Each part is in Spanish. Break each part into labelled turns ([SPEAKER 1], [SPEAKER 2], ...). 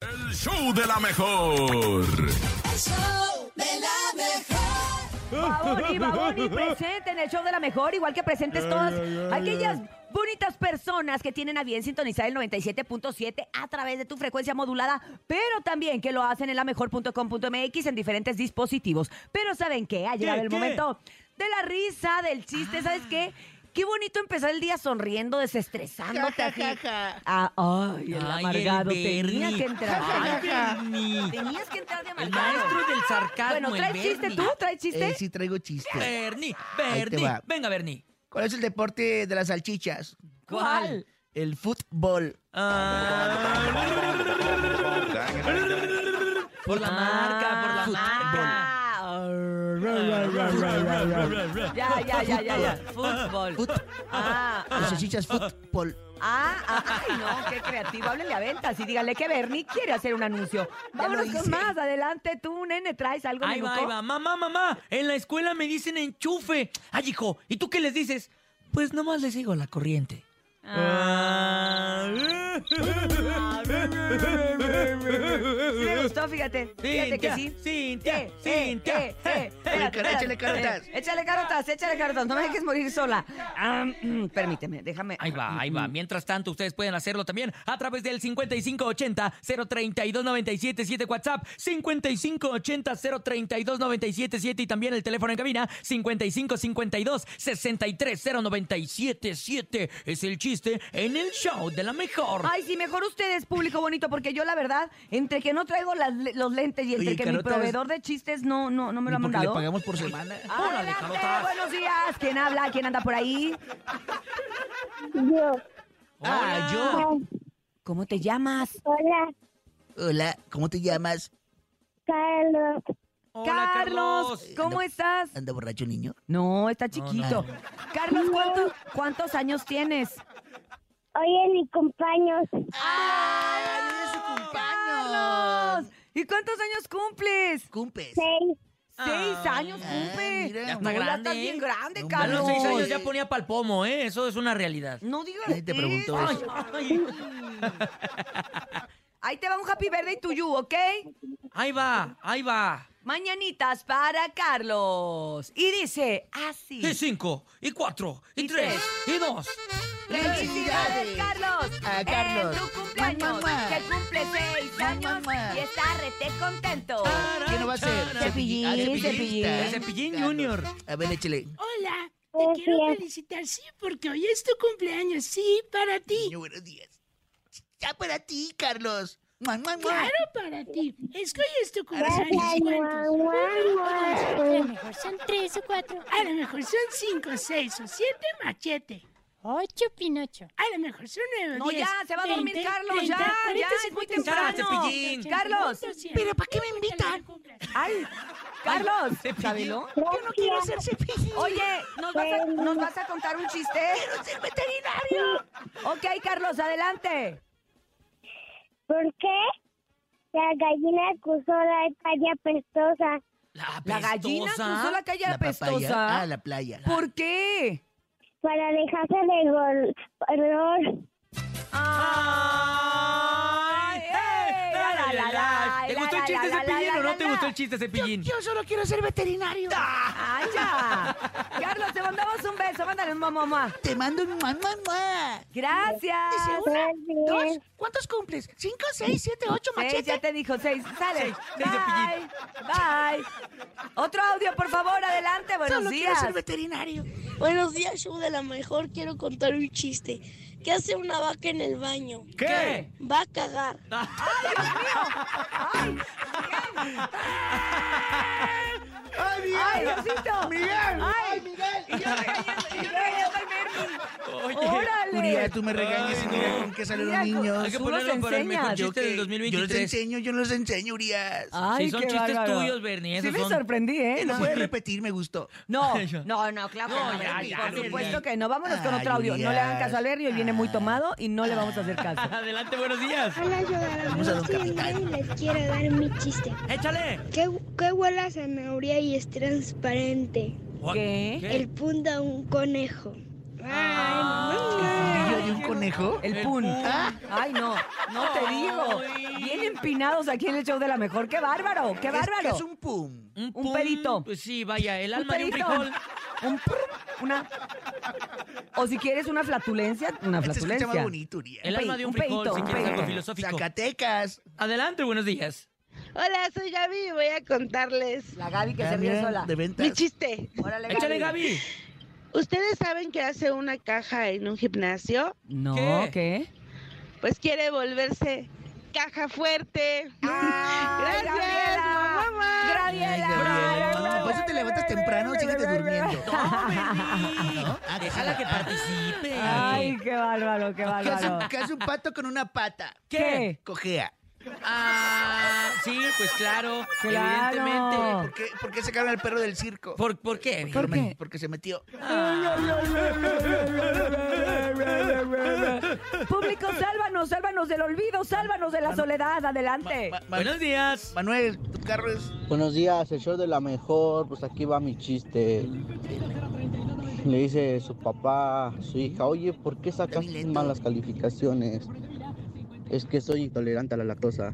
[SPEAKER 1] El show de la mejor.
[SPEAKER 2] show de la mejor.
[SPEAKER 3] Baboni, Baboni, presente en el show de la mejor, igual que presentes todas aquellas bonitas personas que tienen a bien sintonizar el 97.7 a través de tu frecuencia modulada, pero también que lo hacen en la mejor.com.mx en diferentes dispositivos. Pero ¿saben qué? Ha llegado el
[SPEAKER 4] qué?
[SPEAKER 3] momento de la risa, del chiste, ¿sabes qué? Qué bonito empezar el día sonriendo, desestresándote así. Ah, ay, el
[SPEAKER 5] Ay, el
[SPEAKER 3] amargado. Tenía
[SPEAKER 5] Bernie.
[SPEAKER 3] que entrar.
[SPEAKER 5] Ay, Bernie.
[SPEAKER 3] Tenías que entrar de
[SPEAKER 5] El
[SPEAKER 3] amargado.
[SPEAKER 5] maestro del sarcasmo.
[SPEAKER 3] Bueno,
[SPEAKER 5] el
[SPEAKER 3] ¿traes chiste
[SPEAKER 5] Bernie.
[SPEAKER 3] tú? ¿Traes chiste?
[SPEAKER 6] Eh, sí, traigo chiste.
[SPEAKER 5] Bernie,
[SPEAKER 6] Ahí te
[SPEAKER 5] Bernie.
[SPEAKER 6] va.
[SPEAKER 5] Venga, Bernie.
[SPEAKER 6] ¿Cuál es el deporte de las salchichas?
[SPEAKER 3] ¿Cuál?
[SPEAKER 6] El fútbol.
[SPEAKER 5] Ah, por la marca, por la marca.
[SPEAKER 3] Ah. Ya, ya, ya, ya, ya. Fútbol.
[SPEAKER 6] Fut.
[SPEAKER 3] Ah,
[SPEAKER 6] Las
[SPEAKER 3] ah,
[SPEAKER 6] salchichas fútbol.
[SPEAKER 3] ah, ah, ay, no, qué creativo. Háblenle a ventas y díganle que Bernie quiere hacer un anuncio. Vámonos con
[SPEAKER 6] hice.
[SPEAKER 3] más. Adelante, tú, nene, traes algo.
[SPEAKER 5] Ahí va,
[SPEAKER 3] Nenuco?
[SPEAKER 5] ahí va. Mamá, mamá, en la escuela me dicen enchufe. Ay, hijo, ¿y tú qué les dices? Pues nomás les digo la corriente. Ah.
[SPEAKER 3] Sí, me gustó, fíjate. Fíjate que
[SPEAKER 5] Cintia,
[SPEAKER 3] sí.
[SPEAKER 5] Cintia, Cintia.
[SPEAKER 3] eh, eh, espérate,
[SPEAKER 6] Oye, échale
[SPEAKER 3] espérate.
[SPEAKER 6] carotas.
[SPEAKER 3] Eh, Échale carotas, échale carotas. No me dejes morir sola. Ah, permíteme, déjame.
[SPEAKER 5] Ahí va, ahí va. Mientras tanto, ustedes pueden hacerlo también a través del 5580-032-977 WhatsApp, 5580-032-977 y también el teléfono en cabina, 5552-630977. Es el chiste en el show de la mejor.
[SPEAKER 3] Ay, sí, mejor ustedes, público bonito, porque yo la verdad, entre que no traigo las le- los lentes y entre
[SPEAKER 6] Oye,
[SPEAKER 3] que mi
[SPEAKER 6] Carotas.
[SPEAKER 3] proveedor de chistes no, no, no me lo ha
[SPEAKER 6] Ni porque le
[SPEAKER 3] mandado.
[SPEAKER 6] pagamos por semana.
[SPEAKER 3] Adelante, buenos días. ¿Quién habla? ¿Quién anda por ahí?
[SPEAKER 7] Yo,
[SPEAKER 6] Ah, yo.
[SPEAKER 7] Ay,
[SPEAKER 3] ¿Cómo te llamas?
[SPEAKER 7] hola,
[SPEAKER 6] Hola, ¿cómo te llamas?
[SPEAKER 7] Carlos.
[SPEAKER 5] Hola, Carlos.
[SPEAKER 3] ¿cómo
[SPEAKER 6] Ando-
[SPEAKER 3] estás?
[SPEAKER 6] ¿Anda borracho, niño?
[SPEAKER 3] No, está chiquito. Carlos, ¿cuánto- ¿cuántos años tienes?
[SPEAKER 7] Hoy es mi cumpleaños.
[SPEAKER 6] ¡Ay, eres su
[SPEAKER 3] ¡Carlos! ¿Y cuántos años cumples?
[SPEAKER 6] Cumpes.
[SPEAKER 7] Seis.
[SPEAKER 3] Seis años
[SPEAKER 6] Ah,
[SPEAKER 3] cumple.
[SPEAKER 6] mira.
[SPEAKER 5] Ya
[SPEAKER 3] No,
[SPEAKER 5] está
[SPEAKER 3] ya
[SPEAKER 5] grande.
[SPEAKER 3] estás
[SPEAKER 5] ¿eh?
[SPEAKER 3] bien grande,
[SPEAKER 6] No,
[SPEAKER 5] A
[SPEAKER 3] Carlos.
[SPEAKER 5] los seis años ya ponía pal pomo, ¿eh? Eso es una realidad.
[SPEAKER 3] No digas
[SPEAKER 6] Nadie te preguntó
[SPEAKER 3] eso.
[SPEAKER 6] eso.
[SPEAKER 5] Ay,
[SPEAKER 3] Ahí te va un happy verde y you, ¿ok?
[SPEAKER 5] ahí va, ahí va.
[SPEAKER 3] Mañanitas para Carlos. Y dice así.
[SPEAKER 5] Y cinco, y cuatro, y
[SPEAKER 3] Y
[SPEAKER 5] tres, y dos.
[SPEAKER 3] ¡Felicidades, Carlos!
[SPEAKER 6] A Carlos.
[SPEAKER 3] ¡Es tu cumpleaños!
[SPEAKER 6] Mua, mua, mua.
[SPEAKER 3] ¡Que cumple seis
[SPEAKER 6] Mua,
[SPEAKER 3] años!
[SPEAKER 6] mua, mua.
[SPEAKER 3] ¡Y está rete contento!
[SPEAKER 6] ¿Quién no va a ser?
[SPEAKER 3] Cepillín,
[SPEAKER 6] Ah, cepillista.
[SPEAKER 3] Cepillín.
[SPEAKER 5] El Cepillín
[SPEAKER 6] Carlos.
[SPEAKER 5] Junior.
[SPEAKER 6] A ver, échale.
[SPEAKER 8] Hola, te
[SPEAKER 7] Buenos
[SPEAKER 8] quiero
[SPEAKER 7] días.
[SPEAKER 8] felicitar, sí, porque hoy es tu cumpleaños, sí, para ti.
[SPEAKER 6] Niño, buenos días. Ya para ti, Carlos. Mua, mua, mua.
[SPEAKER 8] Claro, para ti. Es que hoy es tu cumpleaños.
[SPEAKER 7] Gracias,
[SPEAKER 8] ¿Cuántos?
[SPEAKER 7] mamá.
[SPEAKER 8] A
[SPEAKER 7] mamá.
[SPEAKER 8] lo mejor son tres o cuatro. A lo mejor son cinco, seis o siete machete.
[SPEAKER 7] Ocho, Pinocho.
[SPEAKER 8] A lo mejor son nueve.
[SPEAKER 3] No,
[SPEAKER 8] diez,
[SPEAKER 3] ya, se va a dormir
[SPEAKER 8] veinte,
[SPEAKER 3] Carlos,
[SPEAKER 8] treinta,
[SPEAKER 3] ya,
[SPEAKER 8] cuarenta,
[SPEAKER 3] ya, es muy
[SPEAKER 8] cincuenta,
[SPEAKER 5] temprano.
[SPEAKER 8] sesenta,
[SPEAKER 5] Cepillín.
[SPEAKER 8] ochenta,
[SPEAKER 3] Carlos,
[SPEAKER 8] ochenta, cien.
[SPEAKER 6] ¿Pero para qué me invitan?
[SPEAKER 3] ¡Ay! ¡Carlos!
[SPEAKER 5] Cepillín.
[SPEAKER 3] ¿Sabelo?
[SPEAKER 7] Yo no quiero ser
[SPEAKER 3] Oye, ¿nos vas, a, nos vas a contar un chiste? ¡Quiero ser veterinario! Ok, Carlos, adelante.
[SPEAKER 7] ¿Por qué? La gallina cruzó la calle apestosa.
[SPEAKER 3] La gallina
[SPEAKER 5] apestosa.
[SPEAKER 3] cruzó la calle
[SPEAKER 6] La papaya.
[SPEAKER 3] apestosa.
[SPEAKER 6] Ah, la playa.
[SPEAKER 3] ¿Por qué?
[SPEAKER 7] Para dejarse de gol. olor.
[SPEAKER 5] ¡Ay! ¡Eh!
[SPEAKER 3] La, la, la, la,
[SPEAKER 5] ¿Te
[SPEAKER 3] la,
[SPEAKER 5] gustó el
[SPEAKER 3] la, la,
[SPEAKER 5] chiste
[SPEAKER 3] la, la,
[SPEAKER 5] Cepillín o no
[SPEAKER 3] la,
[SPEAKER 5] te
[SPEAKER 3] la.
[SPEAKER 5] gustó el chiste Cepillín?
[SPEAKER 8] solo quiero ser veterinario.
[SPEAKER 6] Ah.
[SPEAKER 3] ¡Ay, ya! Carlos, te mandamos un beso. Mándale un mamá, mamá.
[SPEAKER 6] Te mando un mua, mua, mua.
[SPEAKER 3] Gracias.
[SPEAKER 7] Buenos días.
[SPEAKER 8] ¿Cuántos cumples? ¿Cinco, seis, siete, ocho,
[SPEAKER 3] Seis, ya te dijo seis. Sale.
[SPEAKER 5] Seis, seis de
[SPEAKER 3] Bye. Bye. Otro audio, por favor, adelante. Buenos días.
[SPEAKER 8] veterinario.
[SPEAKER 9] Buenos días, show de la mejor. Quiero contar un chiste. ¿Qué hace una vaca en el baño?
[SPEAKER 5] ¿Qué?
[SPEAKER 9] Va a cagar.
[SPEAKER 6] ¡Ay, Miguel!
[SPEAKER 3] ¡Ay, Diosito!
[SPEAKER 6] ¡Miguel!
[SPEAKER 3] ¡Ay!
[SPEAKER 6] Miguel!
[SPEAKER 3] Y yo regañando, y yo regañando al Bernie.
[SPEAKER 5] Oye,
[SPEAKER 6] Uriah,
[SPEAKER 3] ¡Órale!
[SPEAKER 6] tú me regañas y mira con qué salen
[SPEAKER 3] Mira,
[SPEAKER 6] los niños.
[SPEAKER 5] hay que
[SPEAKER 3] tú
[SPEAKER 5] ponerlo
[SPEAKER 3] nos
[SPEAKER 5] para el mejor
[SPEAKER 3] enseñas.
[SPEAKER 6] Yo,
[SPEAKER 5] chiste
[SPEAKER 6] que-
[SPEAKER 5] del
[SPEAKER 6] yo los
[SPEAKER 5] 2023.
[SPEAKER 6] enseño, yo los enseño, Urias.
[SPEAKER 3] Ay,
[SPEAKER 5] Sí, son
[SPEAKER 3] qué
[SPEAKER 5] chistes
[SPEAKER 3] bárbaro.
[SPEAKER 5] tuyos, Bernie,
[SPEAKER 3] Sí
[SPEAKER 5] esos
[SPEAKER 3] me
[SPEAKER 5] son-
[SPEAKER 3] sorprendí, ¿eh?
[SPEAKER 6] no
[SPEAKER 3] No,
[SPEAKER 6] puede repetir, me gustó.
[SPEAKER 3] No, no, no, claro que
[SPEAKER 5] No,
[SPEAKER 3] no,
[SPEAKER 5] ya,
[SPEAKER 3] Bernie,
[SPEAKER 5] ya,
[SPEAKER 3] Por
[SPEAKER 5] Bernie.
[SPEAKER 3] supuesto que no. Vámonos con
[SPEAKER 6] Ay,
[SPEAKER 3] otro audio. No le hagan
[SPEAKER 6] Urias.
[SPEAKER 3] caso al Bernie, él viene muy tomado y no le vamos a hacer caso.
[SPEAKER 5] Adelante, buenos días.
[SPEAKER 7] Hola, yo
[SPEAKER 6] Vamos a don
[SPEAKER 7] soy
[SPEAKER 6] Capitán.
[SPEAKER 7] Andrea y les quiero dar mi chiste.
[SPEAKER 5] Échale.
[SPEAKER 7] ¿Qué, qué huele a zanahoria y es transparente?
[SPEAKER 3] ¿Qué?
[SPEAKER 7] El punto de un conejo. Ay,
[SPEAKER 5] Ah.
[SPEAKER 7] mamá.
[SPEAKER 6] Yo de un
[SPEAKER 3] qué
[SPEAKER 6] conejo?
[SPEAKER 3] El
[SPEAKER 5] El
[SPEAKER 3] pun.
[SPEAKER 5] pun.
[SPEAKER 3] Ay, no, no te digo.
[SPEAKER 5] Ay.
[SPEAKER 3] Bien empinados aquí en el show de la mejor. ¡Qué bárbaro! ¡Qué bárbaro!
[SPEAKER 6] Es, es un pum.
[SPEAKER 5] Un,
[SPEAKER 3] Un pedito.
[SPEAKER 5] Pues sí, vaya, el alma de un
[SPEAKER 3] pedito.
[SPEAKER 5] frijol.
[SPEAKER 3] Un prum, una. O si quieres una flatulencia, una
[SPEAKER 6] Este escucha más
[SPEAKER 3] flatulencia.
[SPEAKER 6] bonito, Uriel.
[SPEAKER 5] El
[SPEAKER 3] pedi-
[SPEAKER 5] alma de un,
[SPEAKER 3] un
[SPEAKER 5] frijol,
[SPEAKER 3] pedito,
[SPEAKER 5] si
[SPEAKER 3] un
[SPEAKER 5] quieres algo
[SPEAKER 3] pedito.
[SPEAKER 5] filosófico.
[SPEAKER 6] Zacatecas.
[SPEAKER 5] Adelante, buenos días.
[SPEAKER 7] Hola, soy Gaby y voy a contarles
[SPEAKER 3] La Gaby que se ríe
[SPEAKER 6] Gabriel,
[SPEAKER 3] sola.
[SPEAKER 6] De
[SPEAKER 7] mi
[SPEAKER 6] ventas.
[SPEAKER 7] chiste.
[SPEAKER 3] Órale,
[SPEAKER 5] Échale, Gaby.
[SPEAKER 7] ¿Ustedes saben qué hace una caja en un gimnasio?
[SPEAKER 3] No,
[SPEAKER 5] ¿Qué?
[SPEAKER 3] ¿qué?
[SPEAKER 7] Pues quiere volverse caja fuerte.
[SPEAKER 3] Ay,
[SPEAKER 7] Gracias,
[SPEAKER 3] Gabriela.
[SPEAKER 7] mamá.
[SPEAKER 3] Gabriela.
[SPEAKER 6] Gabriel, no, por eso te levantas temprano, síguete durmiendo. Ah,
[SPEAKER 5] No,
[SPEAKER 6] ¿No?
[SPEAKER 5] Bernie. Déjala que participe.
[SPEAKER 6] Ah,
[SPEAKER 3] Ay, qué bárbaro, qué
[SPEAKER 6] ¿Qué hace,
[SPEAKER 3] bárbaro.
[SPEAKER 6] qué hace un pato con una pata?
[SPEAKER 3] ¿Qué?
[SPEAKER 6] Cojea.
[SPEAKER 5] Ah, sí, pues claro.
[SPEAKER 3] Claro.
[SPEAKER 5] Evidentemente.
[SPEAKER 6] ¿Por qué, por qué sacaron al perro del circo?
[SPEAKER 5] ¿Por, por qué?
[SPEAKER 6] Porque
[SPEAKER 3] ¿Por
[SPEAKER 6] me-
[SPEAKER 3] qué?
[SPEAKER 6] Porque se metió.
[SPEAKER 3] Público, sálvanos, sálvanos del olvido, sálvanos de la soledad. Adelante.
[SPEAKER 6] Ma- ma-
[SPEAKER 5] Buenos días.
[SPEAKER 6] Manuel, tu carro es.
[SPEAKER 4] Buenos días, el show de la mejor, pues aquí va mi chiste. Le dice su papá, a su hija, oye, ¿por qué sacaste malas calificaciones? Es que soy intolerante a la lactosa.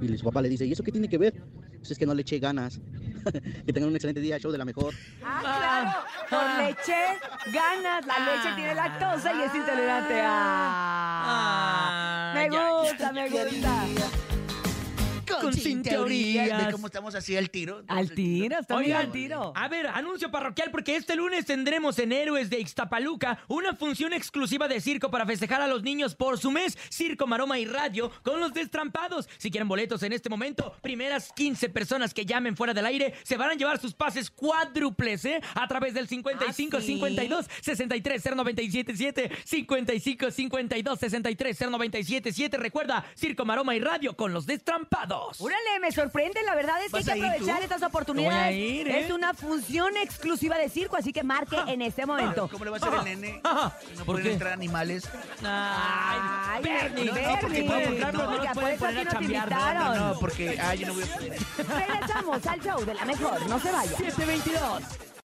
[SPEAKER 4] Y su papá le dice, ¿y eso qué tiene que ver? Pues es que no le eché ganas. que tengan un excelente día, show de la mejor.
[SPEAKER 3] Ah, claro. Con leche ganas. La leche tiene lactosa y es intolerante. Ah.
[SPEAKER 5] Ah,
[SPEAKER 3] Me
[SPEAKER 5] ya, ya.
[SPEAKER 3] gusta, me gusta.
[SPEAKER 5] Con sin teorías.
[SPEAKER 6] De cómo estamos así al tiro.
[SPEAKER 3] Al tiro, está bien
[SPEAKER 5] Oigan,
[SPEAKER 3] al tiro.
[SPEAKER 5] A ver, anuncio parroquial porque este lunes tendremos en Héroes de Ixtapaluca una función exclusiva de circo para festejar a los niños por su mes, Circo Maroma y Radio con los destrampados. Si quieren boletos en este momento, primeras 15 personas que llamen fuera del aire se van a llevar sus pases cuádruples, ¿eh? A través del 55
[SPEAKER 3] Ah, ¿sí?
[SPEAKER 5] 52 63 0977 55 52 63 0977. Recuerda, Circo Maroma y Radio con los destrampados.
[SPEAKER 3] Órale, me sorprende. La verdad es que hay
[SPEAKER 6] ¿Vas
[SPEAKER 3] que
[SPEAKER 6] a ir tú?
[SPEAKER 3] aprovechar estas
[SPEAKER 5] No voy a
[SPEAKER 3] oportunidades.
[SPEAKER 5] ir, ¿eh?
[SPEAKER 3] Es una función exclusiva de circo, así que marque en este momento.
[SPEAKER 6] ¿Cómo le va a hacer el nene?
[SPEAKER 5] Ajá.
[SPEAKER 6] Si no
[SPEAKER 5] ¿Por
[SPEAKER 6] pueden
[SPEAKER 5] qué?
[SPEAKER 6] entrar animales.
[SPEAKER 5] Ay,
[SPEAKER 3] Ay,
[SPEAKER 5] Bernie,
[SPEAKER 3] no,
[SPEAKER 5] no, porque
[SPEAKER 3] Bernie.
[SPEAKER 5] pueden entrar, pero
[SPEAKER 3] No,
[SPEAKER 5] no los
[SPEAKER 3] ya, por
[SPEAKER 5] pueden
[SPEAKER 3] eso aquí
[SPEAKER 5] poner a
[SPEAKER 3] nos
[SPEAKER 5] chambear. No,
[SPEAKER 3] invitaron.
[SPEAKER 5] no, no.
[SPEAKER 6] No, porque. Ay, yo no voy a.
[SPEAKER 3] Regresamos al show de la mejor. No se vaya.
[SPEAKER 5] 722.